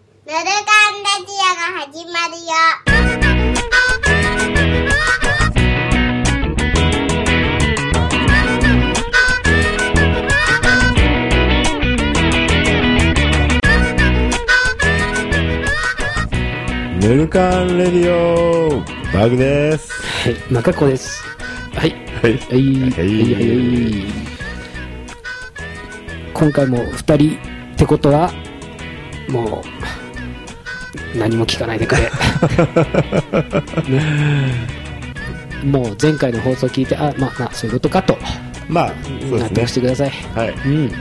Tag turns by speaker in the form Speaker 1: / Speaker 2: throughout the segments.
Speaker 1: ぬるかんラジオが始まるよ。
Speaker 2: ぬるかんレディオバグです。
Speaker 3: はい、マカコです。はい、
Speaker 2: はい。
Speaker 3: はい、
Speaker 2: は
Speaker 3: はいい、はい、今回も二人ってことは、もう、何も聞かないで くれ。ねもう前回の放送聞いて、あ、まあ、まあ、そういうことかと、
Speaker 2: まあ、そう
Speaker 3: 納
Speaker 2: で
Speaker 3: 得し
Speaker 2: すね。
Speaker 3: てください。
Speaker 2: はい。
Speaker 3: うん、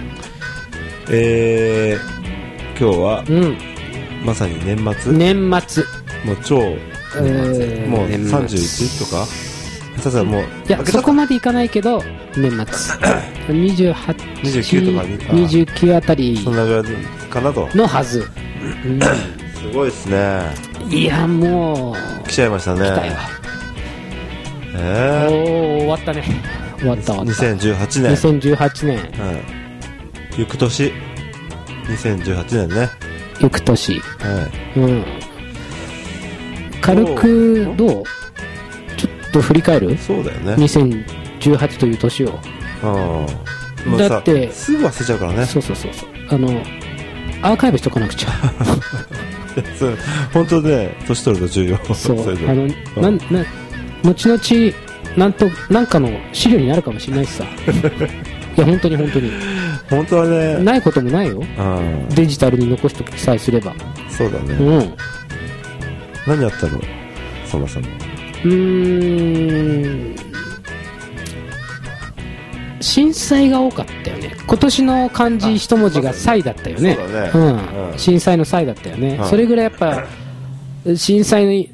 Speaker 2: えー、今日は、
Speaker 3: う
Speaker 2: まさに年末、
Speaker 3: ん、年末。
Speaker 2: もう超年末、
Speaker 3: えー
Speaker 2: もう
Speaker 3: 年末
Speaker 2: 31とかさすがにもう、
Speaker 3: いや
Speaker 2: 明、け
Speaker 3: そ
Speaker 2: た
Speaker 3: こまでいかないけど、年末。28、
Speaker 2: 29とかにあー
Speaker 3: 29あたり
Speaker 2: そんなぐらいかなと。
Speaker 3: のはず。うん
Speaker 2: すごいですね。
Speaker 3: いや、もう、
Speaker 2: 来ちゃいましたね。
Speaker 3: 来たよ。お
Speaker 2: え
Speaker 3: ー、終わったね。終わった
Speaker 2: ー、
Speaker 3: 終わった。
Speaker 2: 2018年。
Speaker 3: 2018年、
Speaker 2: はい。行く年。2018年ね。
Speaker 3: 翌年。
Speaker 2: はい。
Speaker 3: うん。軽く、どうちょっと振り返る
Speaker 2: そうだよね。
Speaker 3: ?2018 という年を。
Speaker 2: うん。もう
Speaker 3: だ
Speaker 2: さ
Speaker 3: って
Speaker 2: すぐ忘れちゃうからね。
Speaker 3: そうそうそうそう。あの、アーカイブしとかなくちゃ。
Speaker 2: そう 本当ね年取ると重要
Speaker 3: そう。あ
Speaker 2: れで
Speaker 3: の、なん、な、後々、なんと、なんかの資料になるかもしれないし さ。いや、本当に本当に。
Speaker 2: 本当はね
Speaker 3: ないこともないよ。
Speaker 2: うん
Speaker 3: デジタルに残しときさえすれば。
Speaker 2: そうだね、
Speaker 3: うん。
Speaker 2: 何やったのそもそも
Speaker 3: うーん震災が多かったよね今年の漢字一文字が「災」だったよね
Speaker 2: そうだね
Speaker 3: うん
Speaker 2: うん
Speaker 3: 震災の「災」だったよね、
Speaker 2: はい
Speaker 3: それぐらいやっぱ震災のい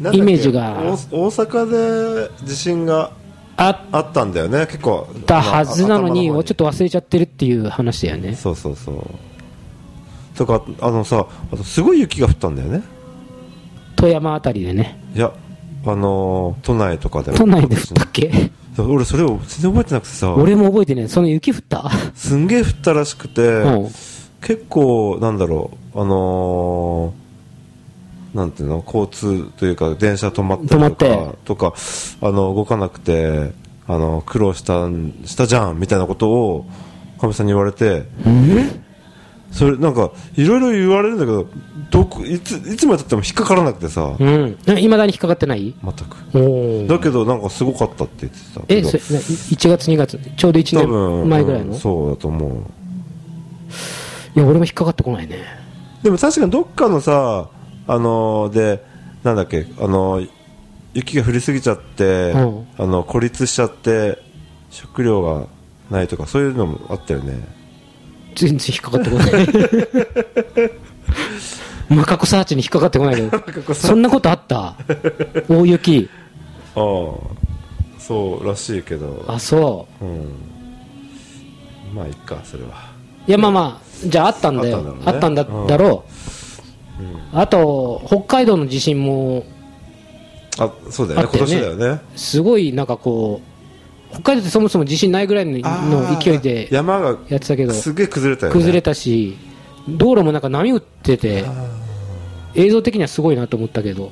Speaker 2: なんだっけ
Speaker 3: イメージが
Speaker 2: お大阪で地震が
Speaker 3: あっ
Speaker 2: あったんだよね結構
Speaker 3: たはずなのに
Speaker 2: まあ頭方
Speaker 3: ちょっと忘れちゃってるっていう話だよね
Speaker 2: そうそうそうとかあのさあとすごい雪が降ったんだよね
Speaker 3: 富山あたりでね
Speaker 2: いやあのー都内とかでも
Speaker 3: 都内で降ったっけ
Speaker 2: 俺それを全然覚えてなくてさ
Speaker 3: 俺も覚えてねその雪降った
Speaker 2: すんげえ降ったらしくて、
Speaker 3: うん
Speaker 2: 結構なんだろうあのーなんていうの交通というか電車止まったりと
Speaker 3: 止まっ
Speaker 2: かとかあの動かなくてあの苦労したんしたじゃんみたいなことをかみさんに言われてそれなんかいろいろ言われるんだけどどこいついつまでたっても引っかからなくてさ
Speaker 3: うんいまだに引っかかってない
Speaker 2: 全く
Speaker 3: おー
Speaker 2: だけどなんかすごかったって言ってたけ
Speaker 3: え
Speaker 2: ど
Speaker 3: それな1月2月ちょうど
Speaker 2: 多
Speaker 3: 1
Speaker 2: 分
Speaker 3: 年前ぐらいの、
Speaker 2: うん
Speaker 3: い
Speaker 2: そうだと思う
Speaker 3: や俺も引っかかってこないね
Speaker 2: でも確かにどっかのさ、あのーで、なんだっけ、あのー雪が降りすぎちゃって、
Speaker 3: うん
Speaker 2: あの孤立しちゃって、食料がないとか、そういうのもあったよね。
Speaker 3: 全然引っかかってこ ない。マカコサーチに引っかかってこないけど、そんなことあった大雪。
Speaker 2: ああ、そうらしいけど、
Speaker 3: あ、そ
Speaker 2: うん。まあ、いっか、それは。
Speaker 3: う。いや、まあまあ、じゃああったんだよ。あ
Speaker 2: あっ
Speaker 3: ったた
Speaker 2: ん
Speaker 3: ん
Speaker 2: だ
Speaker 3: だ
Speaker 2: ろうね
Speaker 3: だろう。あと、北海道の地震も、
Speaker 2: あ、そうだよね、
Speaker 3: あった
Speaker 2: 今
Speaker 3: よね
Speaker 2: 年だよね。
Speaker 3: すごいなんかこう、北海道ってそもそも地震ないぐらいの
Speaker 2: あ
Speaker 3: の
Speaker 2: ー
Speaker 3: 勢いでや
Speaker 2: 山が
Speaker 3: ってたけど、
Speaker 2: すげえ崩れたよね。
Speaker 3: 崩れたし、道路もなんか波打ってて、映像的にはすごいなと思ったけど、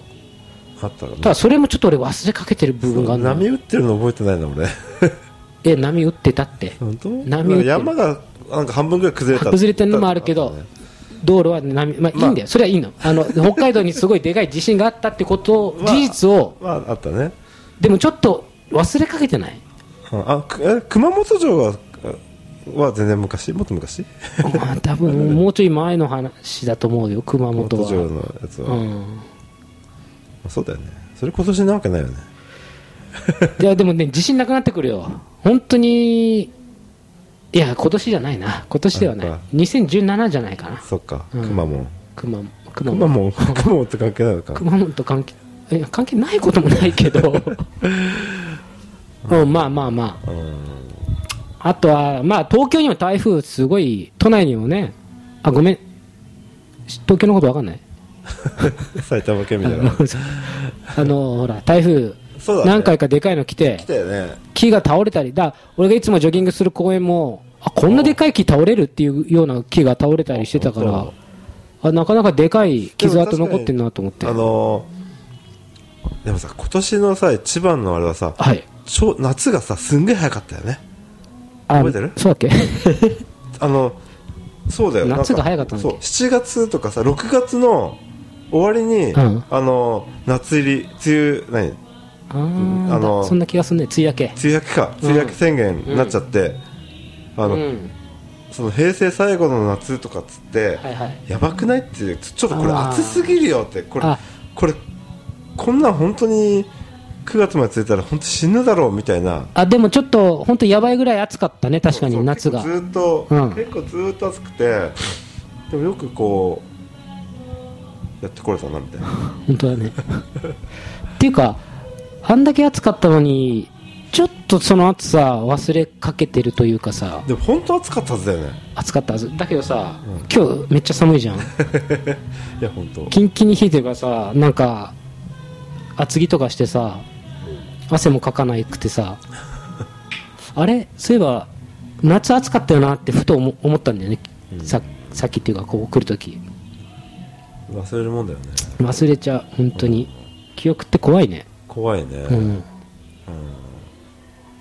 Speaker 2: あった
Speaker 3: た
Speaker 2: か
Speaker 3: だそれもちょっと俺忘れかけてる部分があ
Speaker 2: ら
Speaker 3: るのよ
Speaker 2: 波打ってるの覚えてないな、俺。
Speaker 3: え波打ってたって
Speaker 2: 本当
Speaker 3: 波打ってる
Speaker 2: 山がなんか半分ぐらい崩れた
Speaker 3: 崩れてるのもあるけど、道路は波、まあ、いいんだよ、それはいいのあ の北海道にすごいでかい地震があったってことを、
Speaker 2: まあ
Speaker 3: 事実を
Speaker 2: まああったね、
Speaker 3: でもちょっと忘れかけ てない
Speaker 2: うんあくえ熊本城はは全然昔もっと昔
Speaker 3: まあ多分もうちょい前の話だと思うよ熊
Speaker 2: 熊
Speaker 3: 本
Speaker 2: 本
Speaker 3: は
Speaker 2: 城のやつは、
Speaker 3: う
Speaker 2: ま
Speaker 3: ん、
Speaker 2: あそうだよねそれ今年なわけないよね
Speaker 3: いやでもね地震なくなってくるよ本当にいや今年じゃないな今年ではない
Speaker 2: あ
Speaker 3: 2017じゃないかな
Speaker 2: そっか、
Speaker 3: うん
Speaker 2: 熊本
Speaker 3: 熊熊
Speaker 2: 熊
Speaker 3: 本
Speaker 2: 本熊本って関係ないのか
Speaker 3: 熊本と関係いや関係ないこともないけどうんまあまあまあ
Speaker 2: うん
Speaker 3: あとはまあ東京にも台風すごい都内にもねあごめんし東京のことわか んない
Speaker 2: 埼玉県み
Speaker 3: あ
Speaker 2: たいな
Speaker 3: のそうあのほら台風
Speaker 2: そうだね
Speaker 3: 何回かでかいの来て
Speaker 2: 来たよね
Speaker 3: 木が倒れたりだ俺がいつもジョギングする公園もあこんなでかい木倒れるっていうような木が倒れたりしてたか
Speaker 2: あ
Speaker 3: ら
Speaker 2: 本
Speaker 3: あなかなかでかい傷跡残ってんなと思って
Speaker 2: あのーでもさ今年のさ一番のあれはさ
Speaker 3: はい
Speaker 2: ちょ夏がさすんげえ早かったよね
Speaker 3: あ
Speaker 2: 覚えてる
Speaker 3: そうだっ け
Speaker 2: あのそうだよ
Speaker 3: 夏が
Speaker 2: なん
Speaker 3: 早
Speaker 2: か
Speaker 3: かったんだ
Speaker 2: そ
Speaker 3: っ
Speaker 2: う
Speaker 3: け
Speaker 2: 7月とかさ6月の終わりに、
Speaker 3: うん
Speaker 2: あの夏入り梅雨何梅
Speaker 3: あー
Speaker 2: あの
Speaker 3: そんな気がすんね梅雨明け
Speaker 2: 雨明けか梅雨明け宣言になっちゃって、あの、
Speaker 3: うん
Speaker 2: その平成最後の夏とかっつって、
Speaker 3: はいはい
Speaker 2: やばくないっていうちょっとこれ
Speaker 3: あー
Speaker 2: 暑すぎるよってこれ
Speaker 3: あ
Speaker 2: これこんなん本当に9月まで続いたら本当死ぬだろうみたいな
Speaker 3: あでもちょっと本当やばいぐらい暑かったね確か
Speaker 2: そ
Speaker 3: に
Speaker 2: う
Speaker 3: 夏が
Speaker 2: 結構ずっと、
Speaker 3: うん
Speaker 2: 結構ずっと暑くてでもよくこうやってこれたなみたいな
Speaker 3: 本当だねっていうかあんだけ暑かったのにちょっとその暑さ忘れかけてるというかさ
Speaker 2: でも本当暑かったはずだよね
Speaker 3: 暑かったはずだけどさ、今日めっちゃ寒いじゃん
Speaker 2: いや本当
Speaker 3: キンキンに冷えてるからさなんか厚着とかしてさ汗もかかなくてさあれそういえば夏暑かったよなってふと思思ったんだよね、ささっきっていうかこう来るとき
Speaker 2: 忘れるもんだよね
Speaker 3: 忘れちゃう本当に記憶って怖いね
Speaker 2: 怖いね、
Speaker 3: うん、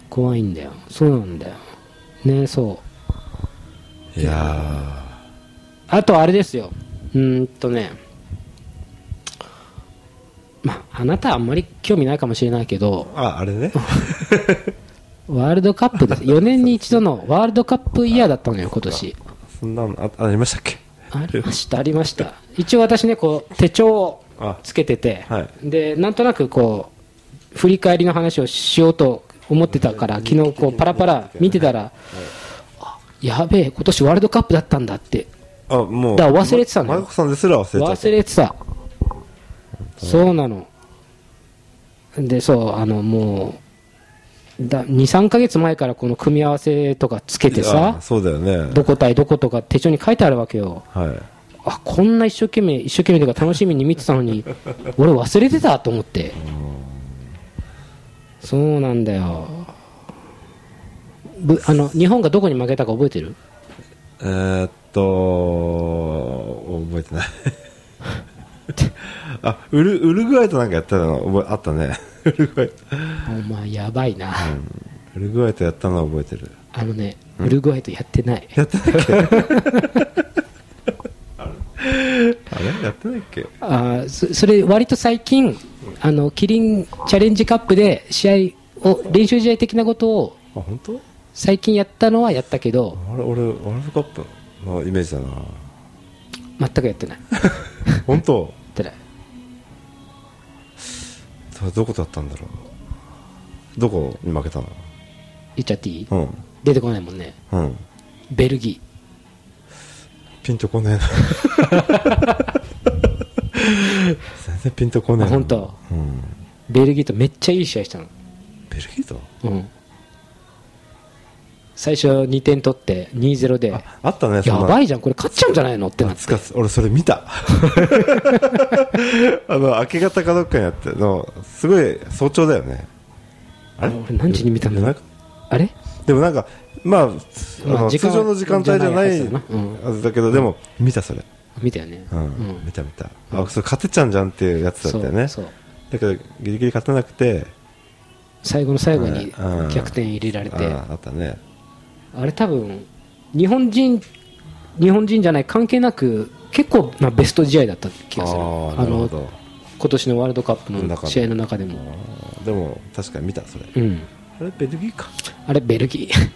Speaker 3: 怖いんだよそうなんだよねそう
Speaker 2: いや
Speaker 3: あとあれですようーんとねまああなたはあんまり興味ないかもしれないけど
Speaker 2: ーああれね
Speaker 3: ワールドカップです4年に一度のワールドカップイヤーだったのよ今年
Speaker 2: そんなのあありましたっけ
Speaker 3: ありましたありました 一応私ねこう手帳をつけてて、
Speaker 2: あは
Speaker 3: でなんとなくこう振り返りの話をしようと思ってたから昨日こうパラパラ見てたら、あやべえ今年ワールドカップだったんだって
Speaker 2: あもう
Speaker 3: だから忘れてたのよ
Speaker 2: マイコさんですら忘れてた
Speaker 3: 忘れてたそうなのでそうあのもう23ヶ月前からこの組み合わせとかつけてさ
Speaker 2: あそうだよね
Speaker 3: どこ対どことか手帳に書いてあるわけよ
Speaker 2: はい
Speaker 3: あこんな一生懸命一生懸命というか楽しみに見てたのに 俺忘れてたと思ってそうなんだよぶあの日本がどこに負けたか覚えてる
Speaker 2: えーっと覚えてない あウルウルグアイとなんかやったの覚えあったね ウルグアイと
Speaker 3: お前やばいな、
Speaker 2: ウルグアイとやったのは覚えてる
Speaker 3: あのねウルグアイとやってない
Speaker 2: やってないっけあれあれやってないっけ
Speaker 3: あーそそれ割と最近あのキリンチャレンジカップで試合を練習試合的なことを
Speaker 2: あ本当？
Speaker 3: 最近やったのはやったけど
Speaker 2: あれ俺ワールドカップのイメージだな
Speaker 3: 全くやってないや
Speaker 2: 本当
Speaker 3: ってない
Speaker 2: それどこだったんだろうどこに負けたの
Speaker 3: 言っちゃっていい
Speaker 2: うん
Speaker 3: 出てこないもんね
Speaker 2: うん
Speaker 3: ベルギ
Speaker 2: ピンとこねえな 全然ピンとこね
Speaker 3: ー
Speaker 2: え
Speaker 3: あ
Speaker 2: な
Speaker 3: 本当
Speaker 2: うん
Speaker 3: ベルギーとめっちゃいい試合したの
Speaker 2: ベルギーと
Speaker 3: うん最初2点取って2-0で
Speaker 2: ああったねそん
Speaker 3: や
Speaker 2: な
Speaker 3: ばいじゃんこれ勝っちゃうんじゃないのってなって
Speaker 2: 懐かしい俺それ見た あの明け方かどっかにやってのすごい早朝だよねあれ
Speaker 3: 俺何時に見たんだろ
Speaker 2: 夜
Speaker 3: う
Speaker 2: 中
Speaker 3: あれ
Speaker 2: でもなんかまああ
Speaker 3: まあ
Speaker 2: の
Speaker 3: 時
Speaker 2: 通
Speaker 3: 間は
Speaker 2: 常の時間帯じゃない
Speaker 3: じゃないはずだな
Speaker 2: はずだけどでも見たそれ
Speaker 3: 見たよね
Speaker 2: う
Speaker 3: うんん
Speaker 2: 見た見たあそれ勝てちゃうんじゃんっていうやつだったよね
Speaker 3: そうそう
Speaker 2: だけどギリギリ勝てなくて
Speaker 3: 最後の最後に
Speaker 2: うん
Speaker 3: 逆転入れられて
Speaker 2: ああったね
Speaker 3: あれ多分日本人日本人じゃない関係なく結構なベスト試合だった気がする
Speaker 2: ああなるほ
Speaker 3: の
Speaker 2: ど
Speaker 3: 今年のワールドカップの
Speaker 2: 中で
Speaker 3: 試合の中でも
Speaker 2: でも確かに見たそれ
Speaker 3: うん
Speaker 2: あれベルギーか
Speaker 3: あれベルギ ー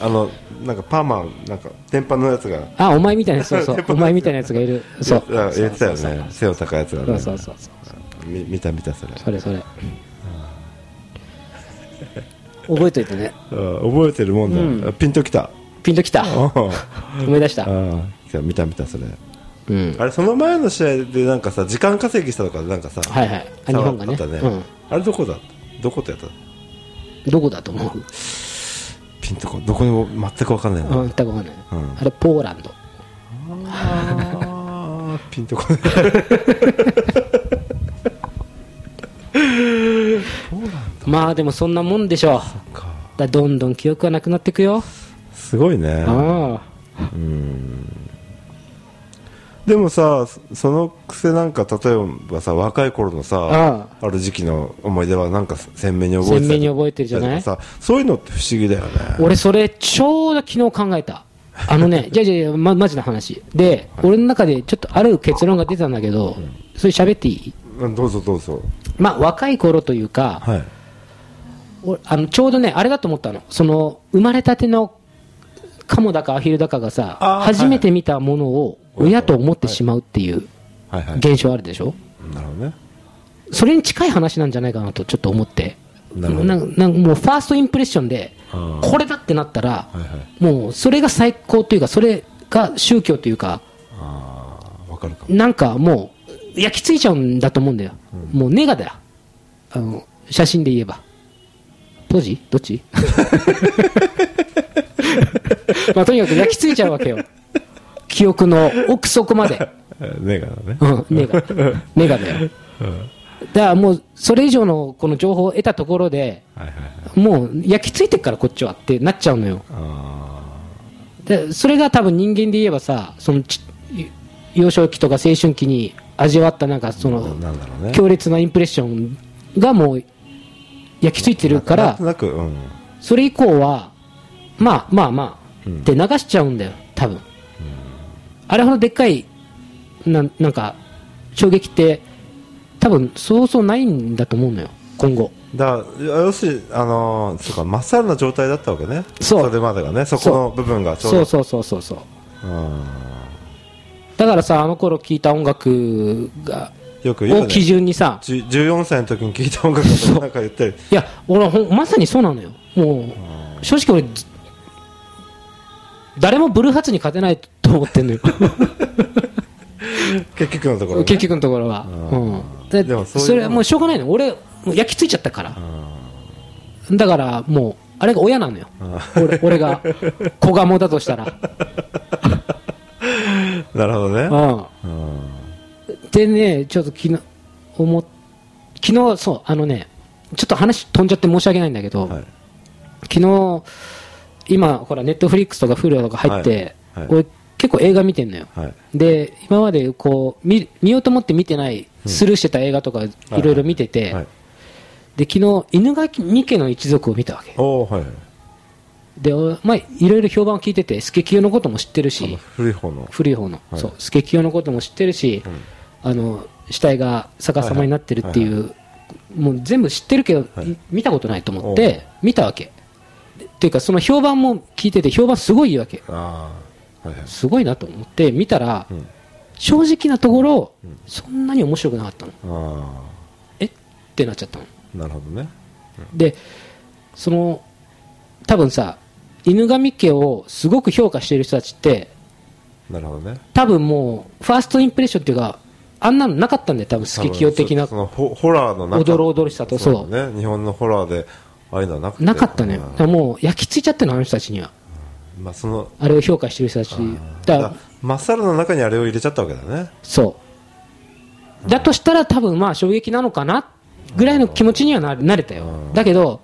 Speaker 2: あのなんかパーマなんか天パのやつが
Speaker 3: あお前みたいなそう そうお前みたいなやつがいるそう
Speaker 2: いや言ってたよね背の高いやつが
Speaker 3: そう
Speaker 2: ね
Speaker 3: そうそうそう
Speaker 2: み見た見たそれ
Speaker 3: それそれ覚えといてね
Speaker 2: うん覚えてるもんだよ、あピンときた
Speaker 3: ピンときた
Speaker 2: ああ
Speaker 3: 思い出した
Speaker 2: ああ見た見たそれ
Speaker 3: うん
Speaker 2: あれその前の試合でなんかさ時間稼ぎしたとかなんかさ
Speaker 3: はいはいあ日本がね
Speaker 2: あったね、
Speaker 3: うん
Speaker 2: あれどこだどことやった
Speaker 3: どこだと思う
Speaker 2: ピンとこどこにも全く分かんないな、
Speaker 3: うん多分わかんない
Speaker 2: うん
Speaker 3: あれポーランド
Speaker 2: あー ピンとこない ポーラン
Speaker 3: まあでもそんなもんでしょう
Speaker 2: ドか
Speaker 3: だどんどん記憶がなくなっていくよ、
Speaker 2: すごいね
Speaker 3: ああ
Speaker 2: でもさその癖なんか例えばさ若い頃のさ
Speaker 3: あ
Speaker 2: ある時期の思い出はなんか鮮明に覚えてたり
Speaker 3: 鮮明に覚えてるじゃない
Speaker 2: さそういうのって不思議だよね
Speaker 3: 俺それちょうど昨日考えたあ のねじゃあじゃあじゃあまマジな話で俺の中でちょっとある結論が出たんだけどそれ喋っていい
Speaker 2: うんどうぞどうぞ
Speaker 3: まあ若い頃というか
Speaker 2: はい
Speaker 3: おあのちょうどねあれだと思ったのその生まれたてのカモだかアヒルだかが
Speaker 2: あ
Speaker 3: さ
Speaker 2: ー
Speaker 3: 初めて見たものを親と思ってしまうっていう
Speaker 2: はいはい
Speaker 3: 現象あるでしょ
Speaker 2: なるほどね
Speaker 3: それに近い話なんじゃないかなとちょっと思って
Speaker 2: なるほど
Speaker 3: んなんかもうファーストインプレッションで
Speaker 2: あー
Speaker 3: これだってなったら
Speaker 2: はいはい
Speaker 3: もうそれが最高というかそれが宗教というか
Speaker 2: ああわかるかも
Speaker 3: なんかもう焼き付いちゃうんだと思うんだよ、もうネガだよあの写真で言えばポジどっち まあとにかく焼き付いちゃうわけよ記憶の奥底まで、
Speaker 2: えーネガだね
Speaker 3: うん、ネ ガネガだよだからもうそれ以上のこの情報を得たところで
Speaker 2: はいはいはい
Speaker 3: もう焼き付いてっからこっちはってなっちゃうのよ
Speaker 2: あ
Speaker 3: でそれが多分人間で言えばさそのち幼少期とか青春期に味わったなんかそ
Speaker 2: あ
Speaker 3: の
Speaker 2: なんだろうね
Speaker 3: 強烈なインプレッションがもう焼き付いてるか
Speaker 2: なん
Speaker 3: ら
Speaker 2: となくうん
Speaker 3: それ以降はまあまあまあ
Speaker 2: うん
Speaker 3: って流しちゃうんだよ多分あれほどでっかいなんなんか衝撃って多分そうそうないんだと思うのよ今後
Speaker 2: だから要するにあのーそうかまっさらな状態だったわけね
Speaker 3: そう
Speaker 2: れまでがねそこの部分がちょう
Speaker 3: そ
Speaker 2: ど
Speaker 3: うそうそうそうそう
Speaker 2: うん
Speaker 3: だからさあの頃聴いた音楽が
Speaker 2: よく言う
Speaker 3: を
Speaker 2: よね
Speaker 3: 基準にさ
Speaker 2: じゅ14歳の時に聞いた音楽とかなんか言ったり
Speaker 3: いや俺はほんまさにそうなのよもう正直俺ず誰もブルーハーツに勝てないと思ってんのよ
Speaker 2: 結局のところ、ね、
Speaker 3: 結局のところは、うん、で
Speaker 2: でも
Speaker 3: そ
Speaker 2: そういう
Speaker 3: れはもうしょうがないの俺もう焼き付いちゃったから
Speaker 2: あ
Speaker 3: だからもうあれが親なのよ
Speaker 2: あ
Speaker 3: 俺俺が子ガモだとしたら、
Speaker 2: ーなるほどね
Speaker 3: う
Speaker 2: うん
Speaker 3: ん、でねちょっと昨日思っ昨日そうあのねちょっと話飛んじゃって申し訳ないんだけど、
Speaker 2: はい
Speaker 3: 昨日今ほらネットフリックスとか Hulu とか入って、
Speaker 2: はいはい
Speaker 3: 俺結構映画見てんのよ、
Speaker 2: はい
Speaker 3: で今までこう見見ようと思って見てないスルーしてた映画とかいろいろ見てて、
Speaker 2: はい
Speaker 3: で昨日犬神家の一族を見たわけ
Speaker 2: おおはい
Speaker 3: でおまあいろいろ評判を聞いててスケキヨのことも知ってる
Speaker 2: あの
Speaker 3: し
Speaker 2: 古い方の
Speaker 3: 古い方の、
Speaker 2: はい
Speaker 3: そうスケキヨのことも知ってるし、あの死体が逆さまになってるっていう、
Speaker 2: は
Speaker 3: もう全部知ってるけど、
Speaker 2: はい
Speaker 3: い見たことないと思っ
Speaker 2: おう
Speaker 3: て見たわけでっていうかその評判も聞いてて評判すごいいいわけ
Speaker 2: ああはいはい
Speaker 3: すごいなと思って見たら、
Speaker 2: ん
Speaker 3: 正直なところ、そんなに面白くなかったの
Speaker 2: あ
Speaker 3: えってなっちゃったの
Speaker 2: あなるほどね
Speaker 3: でその多分さ犬神家をすごく評価している人たちって
Speaker 2: なるほどね
Speaker 3: 多分もうファーストインプレッションっていうかあんなのなかったんだよ多分スケキヨ的な
Speaker 2: 多分そそのホホラーの中
Speaker 3: おどろおどろしさとそう
Speaker 2: だね日本のホラーでああいうのはなかったよ
Speaker 3: なかったのよだからもう焼き付いちゃってるのあの人たちには
Speaker 2: うんまあその
Speaker 3: あれを評価してる人たちだ
Speaker 2: だ
Speaker 3: か
Speaker 2: かららマサラの中にあれを入れちゃったわけだね
Speaker 3: そうだとしたら多分まあ衝撃なのかなぐらいの気持ちにはななれたよだけど、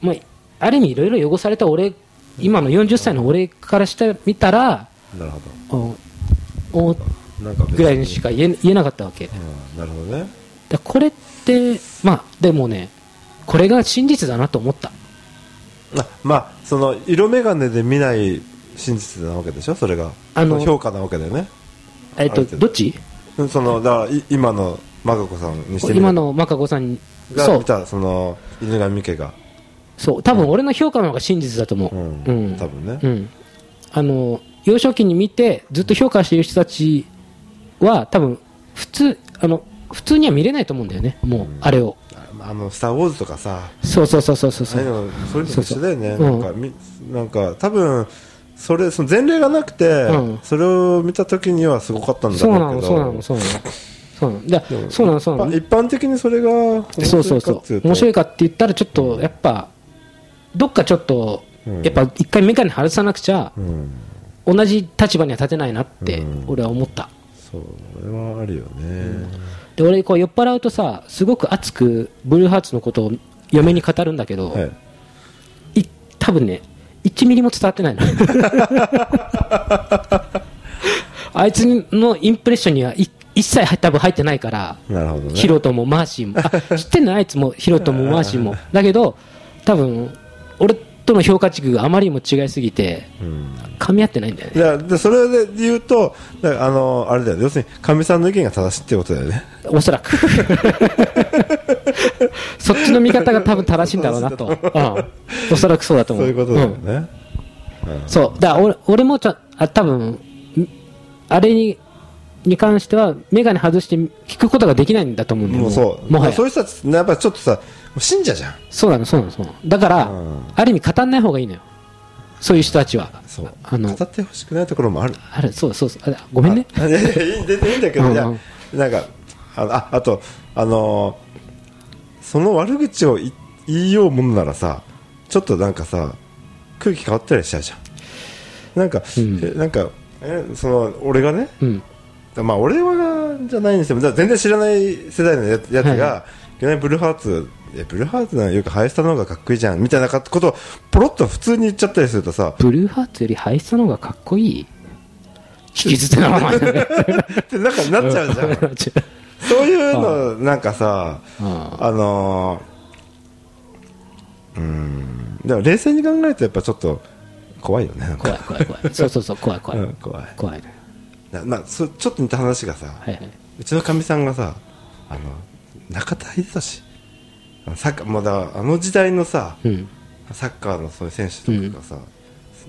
Speaker 3: まあ、ある意味いろいろ汚された俺今の40歳の俺からしてみたら
Speaker 2: なるほ
Speaker 3: おお
Speaker 2: どなんか別に
Speaker 3: ぐらいにしか言え言えなかったわけだか
Speaker 2: うんなるほどね
Speaker 3: らこれってまあでもねこれが真実だなと思った
Speaker 2: あまあその色眼鏡で見ない真実なわけでしょそれが
Speaker 3: あの
Speaker 2: そ評価なわけだよね
Speaker 3: えっ
Speaker 2: ある
Speaker 3: と
Speaker 2: 程度
Speaker 3: どっち
Speaker 2: うんそのだからい今のマカ子さんにしてみれば
Speaker 3: 今のマカ子さんにそ
Speaker 2: が
Speaker 3: う
Speaker 2: 見たその犬神家が、
Speaker 3: そう多分俺の評価の方が真実だと思う、
Speaker 2: う
Speaker 3: うん
Speaker 2: ん多分ね、
Speaker 3: うん、あの幼少期に見てずっと評価している人たちは多分普通あの普通には見れないと思うんだよねもうあれを、
Speaker 2: ああの「スター・ウォーズ」とかさ
Speaker 3: そうそうそうそうそうそ
Speaker 2: そういう
Speaker 3: う
Speaker 2: のそういうのと一緒だよね
Speaker 3: そうそううん
Speaker 2: なんかみなんか多分それその前例がなくて、
Speaker 3: うん
Speaker 2: それを見た時にはすごかったんだ
Speaker 3: そう
Speaker 2: ろ
Speaker 3: なの
Speaker 2: うけど
Speaker 3: そうなのそうなのそうなのだ
Speaker 2: でも
Speaker 3: そうなのそうなの
Speaker 2: 一般一般的にそれが面
Speaker 3: そ
Speaker 2: 白
Speaker 3: うそう
Speaker 2: いか
Speaker 3: そ
Speaker 2: っていううと
Speaker 3: 面白いかって言ったらちょっとやっぱどっかちょっと
Speaker 2: うん
Speaker 3: やっぱ一回メガネ外さなくちゃ
Speaker 2: うん
Speaker 3: 同じ立場には立てないなって
Speaker 2: うん
Speaker 3: 俺は思った
Speaker 2: そうそれはあるよね、
Speaker 3: で俺こう酔っ払うとさすごく熱くブルーハーツのことを嫁に語るんだけど、
Speaker 2: はい
Speaker 3: い多分ね1ミリも伝わってないのあいつのインプレッションにはい一切は多分入ってないから、
Speaker 2: なるほどね
Speaker 3: ヒロトもマーシーも、あ知ってんのあいつも、ヒロトもマーシーも、だけど、多分俺との評価軸があまりにも違いすぎて、噛み合ってないんだよ
Speaker 2: い
Speaker 3: ね、
Speaker 2: やでそれで言うとだからあのあれだよね要するにかみさんの意見が正しいってことだよね
Speaker 3: おそらく。 そっちの見方が多分正しいんだろうなと、うんおそらくそうだ
Speaker 2: そ
Speaker 3: と思う。
Speaker 2: ういうことだよ
Speaker 3: うん
Speaker 2: ね、
Speaker 3: そうだから俺俺もちょあ多分んあれにに関しては眼鏡外して聞くことができないんだと思うんだよ
Speaker 2: もうそう
Speaker 3: もはや
Speaker 2: そ
Speaker 3: そ
Speaker 2: いう
Speaker 3: う
Speaker 2: う人たちやっぱちょっとさもう信者じゃん
Speaker 3: なのそうなのそうなのだから、
Speaker 2: うん
Speaker 3: ある意味語んない方がいいのよそういう人たちは
Speaker 2: そう
Speaker 3: あの
Speaker 2: 語ってほしくないところもある
Speaker 3: あれそうそうそうあごめんね
Speaker 2: あいやいやいい全然いいんだけ
Speaker 3: うんう
Speaker 2: ど
Speaker 3: ん
Speaker 2: じゃあなんかあのああとあのーその悪口をい言いようものならさちょっとなんかさ空気変わったりしちゃうじゃんなんか、
Speaker 3: うん
Speaker 2: えなんかえその俺がね
Speaker 3: うん
Speaker 2: まあ俺はじゃないにしてもだから全然知らない世代のややつ
Speaker 3: はい
Speaker 2: が、いきなりブルーハーツえブルーハーツなんよりハイスタの方がかっこいいじゃんみたいなことをポロッと普通に言っちゃったりするとさ
Speaker 3: ブルーハーツよりハイスタの方がかっこいい聞き捨てなお前
Speaker 2: ってなんかなっ ちゃうじゃん そういうのなんかさ
Speaker 3: うん
Speaker 2: あのー、うんでも冷静に考えるとやっぱちょっと怖いよねなんか
Speaker 3: 怖い怖い怖いそうそうそう怖い怖い、
Speaker 2: うん怖い
Speaker 3: 怖いね
Speaker 2: なまあ、そちょっと似た話がさ、
Speaker 3: はいはいう
Speaker 2: ちのかみさんがさあの中田英寿あのサッカーもうだからあの時代のさ、
Speaker 3: うん
Speaker 2: サッカーのそういう選手とかがさ、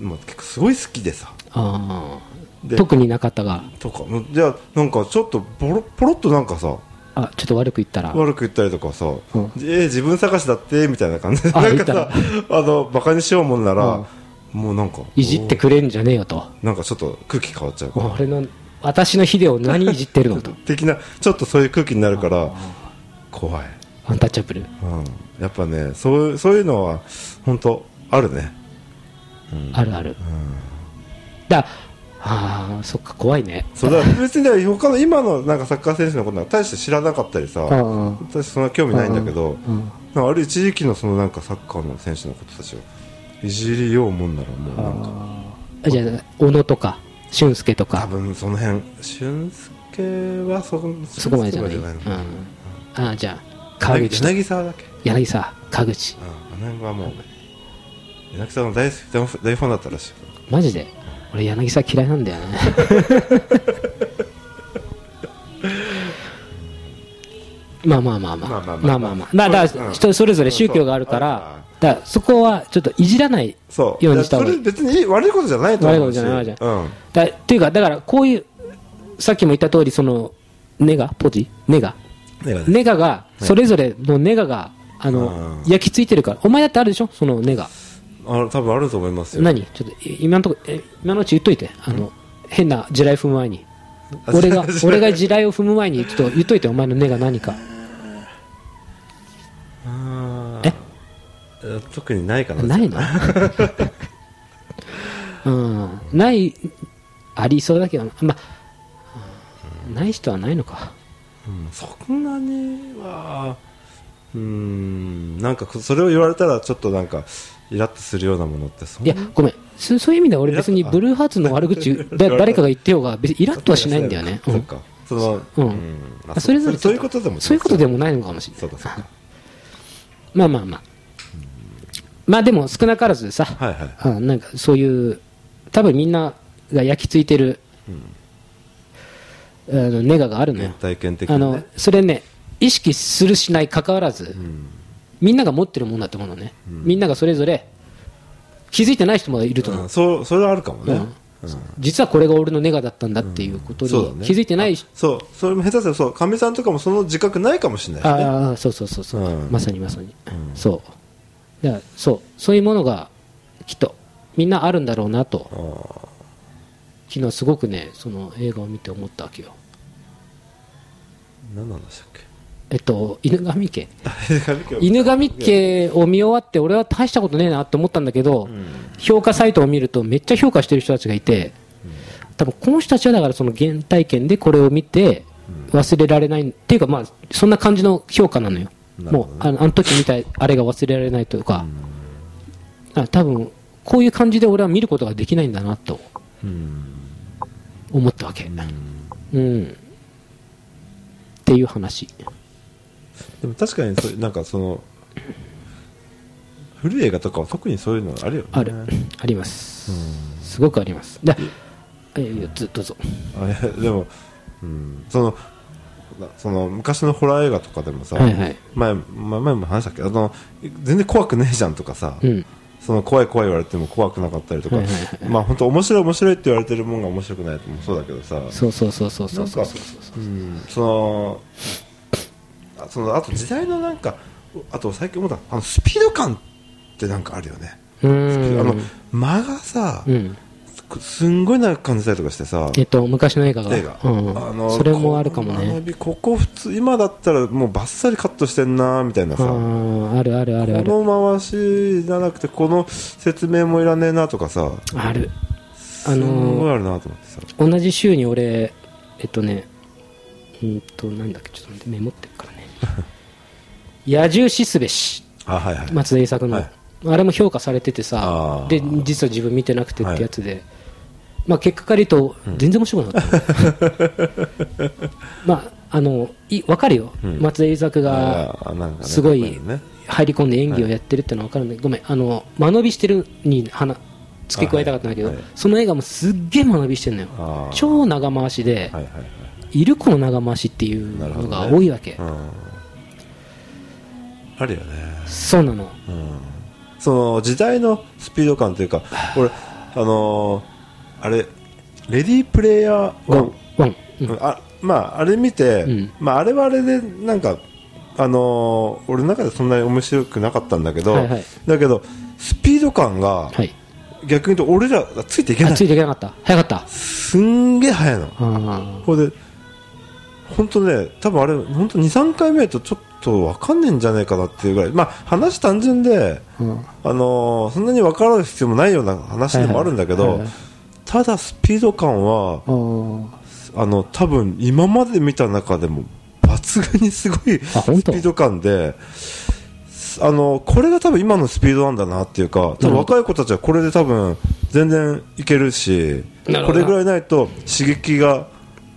Speaker 2: もう結構すごい好きでさ
Speaker 3: ああ
Speaker 2: で
Speaker 3: 特になかったが
Speaker 2: とかもうじゃあなんかちょっとポロポロっとなんかさ
Speaker 3: あちょっと悪く言ったら
Speaker 2: 悪く言ったりとかさ、
Speaker 3: うん
Speaker 2: えー自分探しだってみたいな感じで
Speaker 3: あ
Speaker 2: なんか
Speaker 3: 言
Speaker 2: さあのバカにしようもんなら、もうなんか
Speaker 3: いじってくれんじゃねえよと
Speaker 2: なんかちょっと空気変わっちゃうから
Speaker 3: 俺の私のヒデを何いじってる のと
Speaker 2: 的なちょっとそういう空気になるから怖い、
Speaker 3: アンタッチャブル、
Speaker 2: うん、やっぱねそうそういうのは本当あるね
Speaker 3: あるある、だああそっか怖いね
Speaker 2: そうだから別にだから他の今のなんかサッカー選手のことは大して知らなかったりさ
Speaker 3: うんうん
Speaker 2: 私そんな興味ないんだけど
Speaker 3: うんうん
Speaker 2: なんかある一時期のそのなんかサッカーの選手のことたちをいじりようもんならもうなんか
Speaker 3: じゃあ小野とか俊介と
Speaker 2: 多
Speaker 3: か
Speaker 2: 分その辺俊介はそ
Speaker 3: そこまでじゃない
Speaker 2: 俊
Speaker 3: う
Speaker 2: 介
Speaker 3: ん
Speaker 2: とかじゃの
Speaker 3: ああじゃあ川口と
Speaker 2: 柳沢だっけ
Speaker 3: 柳沢川口
Speaker 2: うんあの辺はもう柳沢の大好き大フ大ファンだったらしい
Speaker 3: マジで俺柳沢嫌いなんだよ ねまあまあまあまあ
Speaker 2: まあ
Speaker 3: ま
Speaker 2: まあ
Speaker 3: あ
Speaker 2: まあ
Speaker 3: まあまあまあだ
Speaker 2: う
Speaker 3: から
Speaker 2: ん
Speaker 3: 人それぞれ宗教があるからだからそこはちょっといじらない
Speaker 2: そう
Speaker 3: ようにした方
Speaker 2: そ
Speaker 3: がい
Speaker 2: れ
Speaker 3: い
Speaker 2: 別に悪いことじゃないと思うし
Speaker 3: 悪いことじゃ
Speaker 2: うん
Speaker 3: だっていうかだからこういうさっきも言った通りそのネガポジネガ
Speaker 2: だからね
Speaker 3: ネガがそれぞれのネガがあの
Speaker 2: うん
Speaker 3: 焼き付いてるからお前だってあるでしょそのネガ
Speaker 2: あ多分あると思いますよ
Speaker 3: 何ちょっとい今のとこえ今のうち言っといてあの変な地雷踏む前に
Speaker 2: あ
Speaker 3: 俺が
Speaker 2: 地雷
Speaker 3: 俺が地雷を踏む前にちょっと言っといてお前の根が何か
Speaker 2: あ
Speaker 3: え
Speaker 2: ー特にないかな
Speaker 3: ないの うんないありそうだけどなまあうんない人はないのか
Speaker 2: うんそんなにはうーんなんかそれを言われたらちょっとなんかイラッとするようなものってそん
Speaker 3: いやごめんそそういう意味では俺別に
Speaker 2: イラッと
Speaker 3: ブルーハーツの 悪口だ誰かが言ってようが別にイラッとはしないんだよね
Speaker 2: そうっ
Speaker 3: ん
Speaker 2: かその
Speaker 3: うん
Speaker 2: あ
Speaker 3: あそれぞれ
Speaker 2: そういうことでも
Speaker 3: そういうことでもないのかもしれ
Speaker 2: そ
Speaker 3: な
Speaker 2: う
Speaker 3: い
Speaker 2: かそうか
Speaker 3: まあまあまあまあでも少なからずさ、
Speaker 2: はいはい
Speaker 3: うん、なんかそういう多分みんなが焼き付いてる、あのネガがあるのよ
Speaker 2: 原体験的
Speaker 3: あ
Speaker 2: な
Speaker 3: の
Speaker 2: ね
Speaker 3: それね意識するしない関わらず、みんなが持ってるもんだと思うのね、みんながそれぞれ気づいてない人もいると思
Speaker 2: う、
Speaker 3: うん
Speaker 2: そうそれはあるかもね、
Speaker 3: うん実はこれが俺のネガだったんだっていうことに
Speaker 2: そうだね
Speaker 3: 気づいてないし、
Speaker 2: あそうそれも下手するとそうかみさんとかもその自覚ないかもしれないしね
Speaker 3: ああそうそうそうそう、
Speaker 2: うん
Speaker 3: まさにまさに、そうだからそうそういうものがきっとみんなあるんだろうなと昨日すごくねその映画を見て思ったわけよ
Speaker 2: 何の話だっけ
Speaker 3: えっと犬神家
Speaker 2: 犬
Speaker 3: 犬神家を見終わって俺は大したことねえなって思ったんだけど、評価サイトを見るとめっちゃ評価してる人たちがいて、多分この人たちはだからその原体験でこれを見て忘れられない、っていうかまあそんな感じの評価なのよ
Speaker 2: なるほ
Speaker 3: も
Speaker 2: ど
Speaker 3: う
Speaker 2: ね
Speaker 3: あのあの時みたいあれが忘れられないというか、だから多分こういう感じで俺は見ることができないんだなと、思ったわけうんっていう話
Speaker 2: でも確かにそうなんかその古い映画とかは特にそういうのあるよね
Speaker 3: ある、ありますすごくありますでえいいよずどうぞ
Speaker 2: あいやでも、うん、そのなその昔のホラー映画とかでもさ、
Speaker 3: はいはい
Speaker 2: 前前前も話したっけどあの全然怖くねえじゃんとかさ、
Speaker 3: うん
Speaker 2: その怖い怖い言われても怖くなかったりとか、
Speaker 3: はいはいは
Speaker 2: まあ本当面白い面白いって言われてるもんが面白くないともそうだけどさ
Speaker 3: そうそうそうそうそう
Speaker 2: なん
Speaker 3: そうそ
Speaker 2: か
Speaker 3: うそう
Speaker 2: うんそのあそのあと時代のなんかあと最近思ったあのスピード感ってなんかあるよね、
Speaker 3: う
Speaker 2: あ
Speaker 3: ーん
Speaker 2: の間がさ、
Speaker 3: うん
Speaker 2: すんごい長く感じたりとかしてさ
Speaker 3: えっと昔の映画が
Speaker 2: 映画、
Speaker 3: うん、
Speaker 2: あの
Speaker 3: それもあるかもね
Speaker 2: こここ普通今だったらもうバッサリカットしてんなみたいな
Speaker 3: あ
Speaker 2: さこ
Speaker 3: ーあるあるあるある
Speaker 2: の回しじゃなくてこの説明もいらねえなとかさ
Speaker 3: あるあ
Speaker 2: すんごい
Speaker 3: のー
Speaker 2: あるなと思ってさ
Speaker 3: 同じ週に俺えっとねうんとなんだっけちょっと待ってメモってるから ね野獣しすべし
Speaker 2: あはいはい、
Speaker 3: 松田栄作の、
Speaker 2: はい
Speaker 3: あれも評価されててさ
Speaker 2: あー
Speaker 3: で実は自分見てなくてってやつで、まあ結果から言うと全然面白くなか った、まああのい分かるよ、
Speaker 2: ん
Speaker 3: 松田栄作が
Speaker 2: あなんかね
Speaker 3: すご
Speaker 2: かっこ
Speaker 3: い
Speaker 2: よね
Speaker 3: 入り込んで演技をやってるってのは分かるんだけど、ごめんあの間延びしてるに花付け加えたかったんだけど、
Speaker 2: あはいはい
Speaker 3: その映画もすっげえ間延びしてるのよ
Speaker 2: あー
Speaker 3: 超長回しで、
Speaker 2: はいはいはい
Speaker 3: い、るこの長回しっていう
Speaker 2: なるほ
Speaker 3: の
Speaker 2: どね
Speaker 3: が多いわけ、
Speaker 2: うんあるよね
Speaker 3: そうなの
Speaker 2: その時代のスピード感というか俺あのーあれレディープレイヤー
Speaker 3: ワ
Speaker 2: 1
Speaker 3: ンワン
Speaker 2: うんあまああれ見て、
Speaker 3: うん
Speaker 2: まあ、あれはあれでなんか、あのー俺の中でそんなに面白くなかったんだけど、
Speaker 3: はいはい
Speaker 2: だけどスピード感が
Speaker 3: はい
Speaker 2: 逆に言うと俺らがついていけな
Speaker 3: あ
Speaker 2: い
Speaker 3: ついていけなかった早かった
Speaker 2: すんげえ速いの
Speaker 3: あ
Speaker 2: これで本当ね多分あれ本当23回目とちょっと分かんねえんじゃねえかなっていうぐらいまあ話単純で、
Speaker 3: ーうん
Speaker 2: あのーそんなに分からる必要もないような話でもあるんだけど、
Speaker 3: はいはいはいはい
Speaker 2: ただスピード感はあの多分今まで見た中でも抜群にすごい
Speaker 3: あ
Speaker 2: スピ
Speaker 3: 本当
Speaker 2: ード感で。あのこれが多分今のスピードなんだなっていうか多分若い子たちはこれで多分全然いけるし
Speaker 3: なる
Speaker 2: こ
Speaker 3: ほど
Speaker 2: れぐらいないと刺激が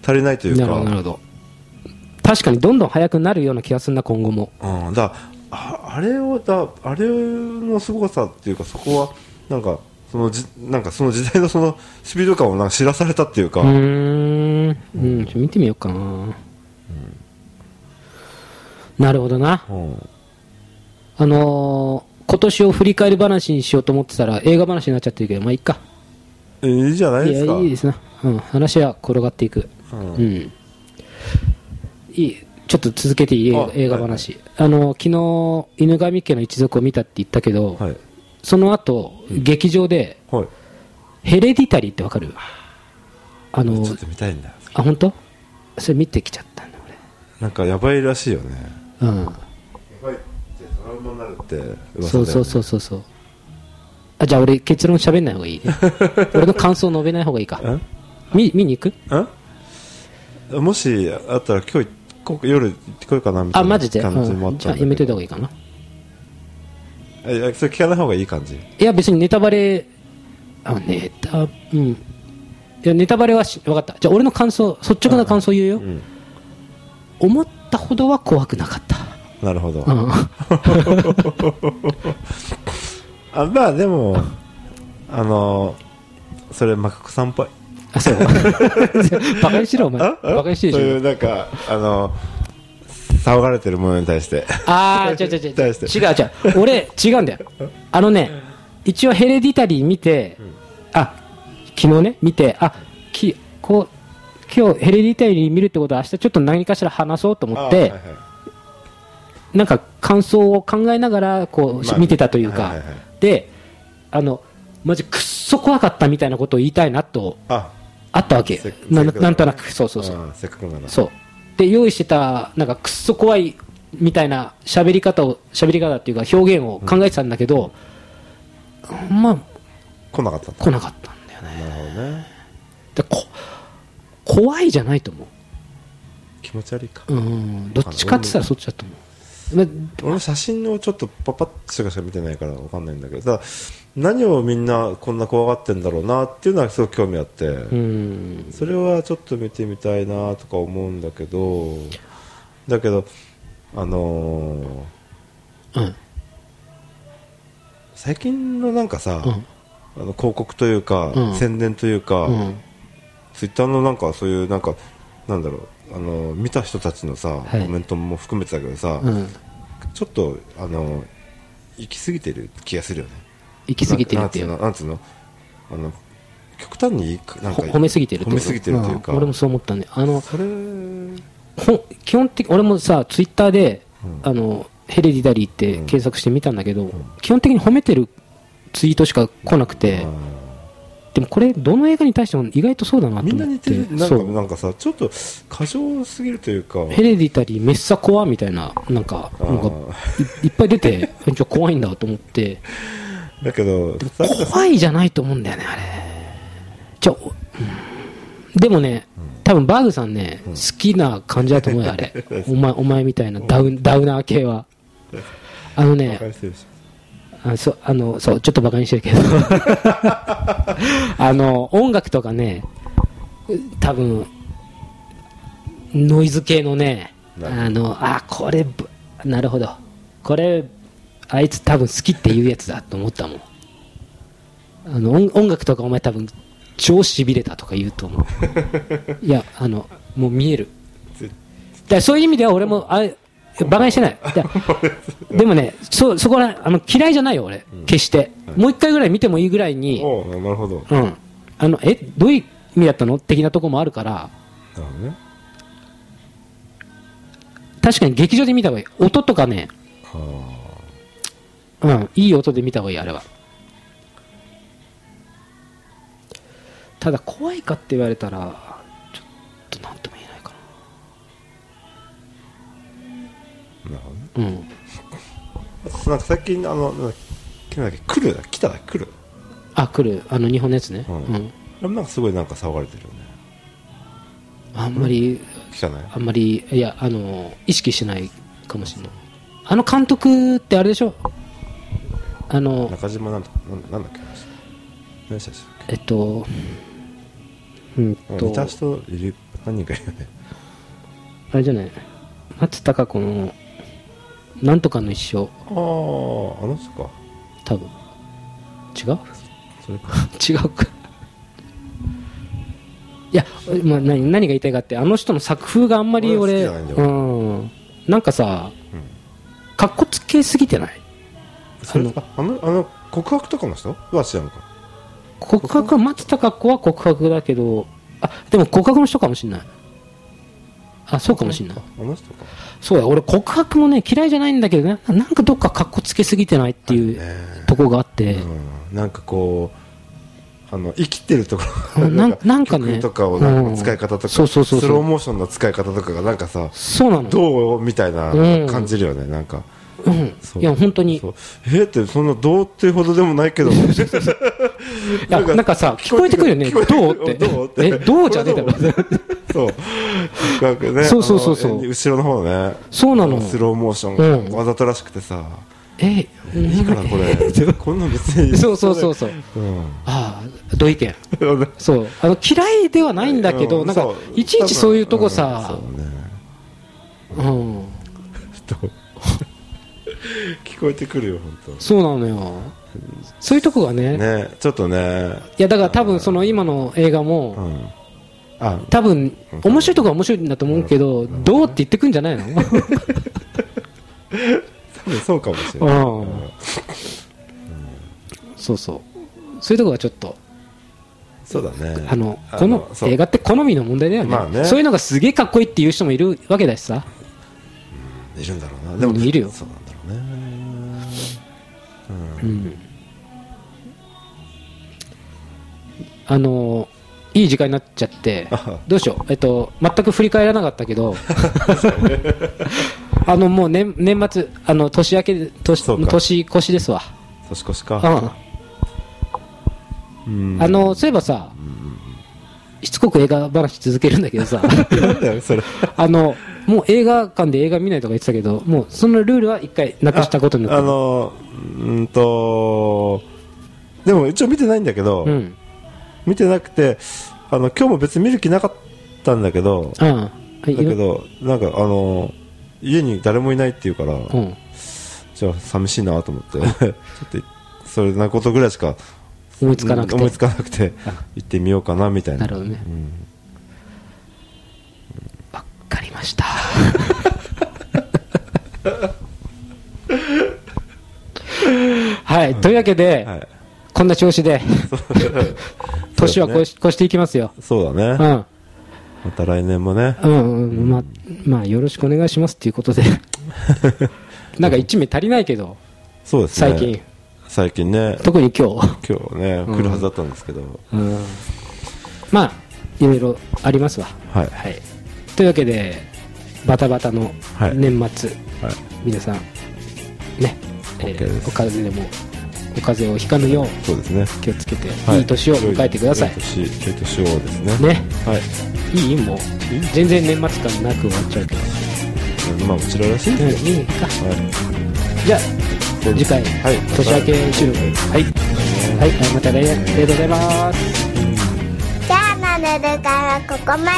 Speaker 2: 足りないという
Speaker 3: な
Speaker 2: か
Speaker 3: るほどなるほど確かにどんどん速くなるような気がするな今後も
Speaker 2: うん、だああれをだあれのすごさっていうかそこはなんかそのじなんかその時代のそのスピード感をなんか知らされたっていうか、
Speaker 3: うーんうんちょっと見てみようかな、なるほどな
Speaker 2: うん
Speaker 3: あのー今年を振り返り話にしようと思ってたら映画話になっちゃってるけどまあいいか
Speaker 2: えいいじゃない
Speaker 3: い
Speaker 2: ですか
Speaker 3: やいいですな、うん、話は転がっていく
Speaker 2: うん
Speaker 3: うんいいちょっと続けていい映画
Speaker 2: あ
Speaker 3: 映画話、あのー昨日犬神家の一族を見たって言ったけど、
Speaker 2: はい
Speaker 3: その後、劇場で
Speaker 2: はい
Speaker 3: ヘレディタリーってわかるあの
Speaker 2: ちょっと見たいんだよ
Speaker 3: あ本当それ見てきちゃったんだ
Speaker 2: なんかやばいらしいよね
Speaker 3: 俺うん、
Speaker 2: やばいってトラウマになるって
Speaker 3: そうそうそううそうそうあじゃあ俺結論喋んない方がいい ね俺の感想述べない方がいいか
Speaker 2: ん
Speaker 3: 見見に行く
Speaker 2: んもしあったら今日こ夜行ってこようかなみた
Speaker 3: あ
Speaker 2: い
Speaker 3: マ
Speaker 2: な
Speaker 3: ジで、
Speaker 2: 感じ
Speaker 3: う
Speaker 2: もあ
Speaker 3: ん、
Speaker 2: っ
Speaker 3: じゃ
Speaker 2: たんだけ
Speaker 3: あ
Speaker 2: ど
Speaker 3: やめといた方がいいかな
Speaker 2: えそれ聞かない方がいい感じ
Speaker 3: いや別にネタバレあネタうんいやネタバレはし分かったじゃあ俺の感想率直な感想言うよ、
Speaker 2: ん
Speaker 3: 思ったほどは怖くなかった
Speaker 2: なるほど、
Speaker 3: うん
Speaker 2: あまあでもあのそれマカコさんっぽい
Speaker 3: あそう バカにしろお前
Speaker 2: あ
Speaker 3: バカにしてる
Speaker 2: そう
Speaker 3: で
Speaker 2: い
Speaker 3: しょ
Speaker 2: うなんかあの騒がれてるものに対して
Speaker 3: ああ、違う違う違う。違う
Speaker 2: 対して
Speaker 3: 違う。俺、違うんだよ。あのね、一応ヘレディタリー見て、あ、昨日ね、見て、あ、き、こう、今日ヘレディタリー見るってことは明日ちょっと何かしら話そうと思っ
Speaker 2: あ
Speaker 3: て、
Speaker 2: はいはい
Speaker 3: なんか感想を考えながら、こう、
Speaker 2: まあ
Speaker 3: 見てたというか、
Speaker 2: はいはいはい
Speaker 3: で、あの、マジくっそ怖かったみたいなことを言いたいなと、
Speaker 2: あ
Speaker 3: あったわけ
Speaker 2: せっか。く
Speaker 3: な
Speaker 2: せっかくだから
Speaker 3: なんとなく、そうそうそう。
Speaker 2: あせっかくなら
Speaker 3: そう。で、用意してた、なんか、くっそ怖いみたいな喋り方を、喋り方っていうか、表現を考えてたんだけど、まあ、
Speaker 2: 来なかったと
Speaker 3: 来なかったんだよね。
Speaker 2: なるほどね
Speaker 3: でこ怖いじゃないと思
Speaker 2: 気持ち悪いか
Speaker 3: う。うん、どっちかって言ったらそっちだと思う。ま
Speaker 2: 俺も写真をちょっとパパッとしかしか見てないからわかんないんだけどただ何をみんなこんな怖がってんだろうなっていうのはすごく興味あって、
Speaker 3: うん
Speaker 2: それはちょっと見てみたいなとか思うんだけどだけどあのー
Speaker 3: うん
Speaker 2: 最近のなんかさ、
Speaker 3: うん
Speaker 2: あの広告というか、
Speaker 3: うん
Speaker 2: 宣伝というか、
Speaker 3: うん
Speaker 2: ツイッターのなんかそういうなんかなんだろうあの見た人たちのさ、
Speaker 3: はい
Speaker 2: コメントも含めてだけどさ、
Speaker 3: うん
Speaker 2: ちょっとあの行き過ぎてる気がするよね。
Speaker 3: 行き過ぎてるっていう
Speaker 2: ななんつうのなんつうのあの極端にいいかなん
Speaker 3: ほ
Speaker 2: か
Speaker 3: 褒めすぎてるって
Speaker 2: 褒めすぎてるというか、
Speaker 3: ん俺もそう思ったんであの
Speaker 2: それうん
Speaker 3: ほん基本的俺もさツイッターで、あのヘレディタリーって検索してみたんだけど、基本的に褒めてるツイートしか来なくて、でもこれどの映画に対しても意外とそうだなと思っ
Speaker 2: み
Speaker 3: て
Speaker 2: んな似てるなん
Speaker 3: そ
Speaker 2: か
Speaker 3: う
Speaker 2: なんかさちょっと過剰すぎるというか
Speaker 3: ヘレディタリーめっさ怖みたいななんか
Speaker 2: あー
Speaker 3: なんかいいっぱい出て じゃあ怖いんだと思って
Speaker 2: だけどなんか
Speaker 3: 怖いじゃないと思うんだよねあれちょ、うんでもね多分バーグさんね、好きな感じだと思うよあ れお前お前みたいなダウンダウナー系はあのね
Speaker 2: バカにしてるでし
Speaker 3: あそうあのそうちょっとバカにしてるけど あの音楽とかね多分ノイズ系のね
Speaker 2: なるほど
Speaker 3: あのあこれぶなるほどこれあいつ多分好きって言うやつだと思ったもんあの音音楽とかお前多分超しびれたとか言うと思う いやあのもう見える
Speaker 2: 絶
Speaker 3: だからそういう意味では俺もあバカにしてないだでもねそそこらあの嫌いじゃないよ俺、決して、もう一回ぐらい見てもいいぐらいに
Speaker 2: ょおうなるほど
Speaker 3: うん、あのえどういう意味だったの的なとこもあるから
Speaker 2: なるほどね
Speaker 3: 確かに劇場で見た方がいい音とかね、
Speaker 2: あ
Speaker 3: うん、いい音で見た方がいいあれはただ怖いかって言われたらちょっとなんとも言えないか
Speaker 2: ーなるほどね
Speaker 3: なうん
Speaker 2: なんか最近あのなんだっけ来るだ来ただ来る
Speaker 3: あ来るあの日本のやつね、
Speaker 2: うん
Speaker 3: うん、
Speaker 2: あれもなんかすごいなんか騒がれてるよね
Speaker 3: あんまり
Speaker 2: 聞かない
Speaker 3: あんまりいやあの意識しないかもしれないあの監督ってあれでしょあの
Speaker 2: 中島なんとかなんなんだっけ何でしたっけ
Speaker 3: えっとうん
Speaker 2: なんか
Speaker 3: と
Speaker 2: 似た人いる何人かいるよね
Speaker 3: あれじゃない松たか子の「なんとかの一生
Speaker 2: あああの人か」
Speaker 3: 多分違う
Speaker 2: それか
Speaker 3: 違うかいや、まあ、何何が言いたいかってあの人の作風があんまり
Speaker 2: 俺
Speaker 3: 俺
Speaker 2: は好きじゃないんだ
Speaker 3: うんなんかさ
Speaker 2: うん
Speaker 3: かっこつけすぎてない
Speaker 2: それああのあの告白とかの人は知らんか
Speaker 3: 告白は松たか子は告白だけどあでも告白の人かもしんないあそうかもしんない
Speaker 2: あの人か
Speaker 3: そうや俺告白もね嫌いじゃないんだけどねななんかどっかかっこつけすぎてないっていうとこがあって、
Speaker 2: うんなんかこうあの生きてるところ
Speaker 3: うんなんなんか
Speaker 2: 曲
Speaker 3: ね
Speaker 2: とかをなんか
Speaker 3: うん
Speaker 2: 使い方とか
Speaker 3: そうそうそうそう
Speaker 2: スローモーションの使い方とかがなんかさ
Speaker 3: そうなの
Speaker 2: どうみたいな
Speaker 3: うん
Speaker 2: 感じるよねなんか
Speaker 3: うん
Speaker 2: そ、う
Speaker 3: いや本当にい
Speaker 2: そうえーってそんなどうっていうほどでもないけど な
Speaker 3: や
Speaker 2: んか
Speaker 3: なんかさ聞こえてくるよねどうって
Speaker 2: どうって
Speaker 3: えどうじゃねえだろ
Speaker 2: これどそうなんかね
Speaker 3: そうそうそうそう
Speaker 2: あの後ろの方ね
Speaker 3: そうなの
Speaker 2: スローモーション
Speaker 3: うん
Speaker 2: わざとらしくてさ
Speaker 3: え
Speaker 2: いいかなこれ こんなん別に
Speaker 3: そうそうそうそう
Speaker 2: うん
Speaker 3: ああ同意見
Speaker 2: そう
Speaker 3: そうあの嫌いではないんだけど、
Speaker 2: うん
Speaker 3: なんか
Speaker 2: そう
Speaker 3: いちいちそういうとこさ、
Speaker 2: うんそうね
Speaker 3: うん
Speaker 2: ちょっと聞こえてくるよ本
Speaker 3: そうなのよそういうとこがね
Speaker 2: 当ねちょっとね
Speaker 3: いやだから多分その今の映画も、
Speaker 2: うんあ
Speaker 3: 多分面白いとこは面白いんだと思うけど、どうって言ってくんじゃないの
Speaker 2: 多分そうかもしれ
Speaker 3: う
Speaker 2: ない
Speaker 3: ん、 そうそうそういうとこはちょっと
Speaker 2: そうだね
Speaker 3: あのこの
Speaker 2: そう
Speaker 3: 映画って好みの問題だよね,、
Speaker 2: まあね
Speaker 3: そういうのがすげえかっこいいっていう人もいるわけだしさ
Speaker 2: いるんだろうなでも
Speaker 3: うんいるよ
Speaker 2: そうなんだろうね
Speaker 3: うんあのいい時間になっちゃって
Speaker 2: あ
Speaker 3: どうしよう、えっと、全く振り返らなかった けどあのもう年年末あの年明け年
Speaker 2: そうか
Speaker 3: 年越しですわ
Speaker 2: 年越し
Speaker 3: う
Speaker 2: か
Speaker 3: ん
Speaker 2: うん
Speaker 3: あのそういえばさ、 しつこく映画話続けるんだけどさ
Speaker 2: なんだよそれ
Speaker 3: あのもう映画館で映画見ないとか言ってたけどもうそのルールは一回なくしたことになっ
Speaker 2: あ
Speaker 3: た
Speaker 2: のうーんとでも一応見てないんだけど、
Speaker 3: うん
Speaker 2: 見てなくてあの今日も別に見る気なかったんだけど
Speaker 3: ああ
Speaker 2: だけどなんかあの家に誰もいないっていうから、
Speaker 3: うん
Speaker 2: じゃあ寂しいなと思って ちょっとそれなことぐらいしか
Speaker 3: 思いつかなくて
Speaker 2: 思いつかなくて行ってみようかなみたいな
Speaker 3: なるほどね
Speaker 2: うん
Speaker 3: わかりま した。はい、というわけで、
Speaker 2: はい、
Speaker 3: こんな調子 で、年は越
Speaker 2: し
Speaker 3: し,、越していきますよ。
Speaker 2: そうだ
Speaker 3: う
Speaker 2: ね、
Speaker 3: ん。
Speaker 2: また来年もね
Speaker 3: うんうん、ま、まあ、よろしくお願いしますっていうこと で。なんか一名足りないけど、
Speaker 2: そうですね
Speaker 3: 最近。
Speaker 2: 最近ね
Speaker 3: 特に今日。
Speaker 2: 今日ね来るはずだったんですけど、
Speaker 3: うん。まあ、いろいろありますわ。
Speaker 2: はい
Speaker 3: はい。というわけで、バタバタの
Speaker 2: はい
Speaker 3: 年末。
Speaker 2: はい
Speaker 3: 皆さんね、えー
Speaker 2: OK です
Speaker 3: お風邪でもお風邪をひかぬよう
Speaker 2: そうですね
Speaker 3: 気をつけて、
Speaker 2: はい
Speaker 3: い、い年を迎えてください
Speaker 2: 良い年、良い年をですね。
Speaker 3: ね
Speaker 2: はい。
Speaker 3: いいもう全然年末感なく終わっちゃうけど、
Speaker 2: まあ、こちららしい
Speaker 3: うん
Speaker 2: で、すよ。
Speaker 3: いいか
Speaker 2: は
Speaker 3: じゃあ
Speaker 2: い。
Speaker 3: 次回、
Speaker 2: はい。
Speaker 3: 年明け収録はい、はいはい、また来年ありがとうございます
Speaker 1: じゃあのぬるからここまで。まっ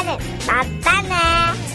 Speaker 1: たね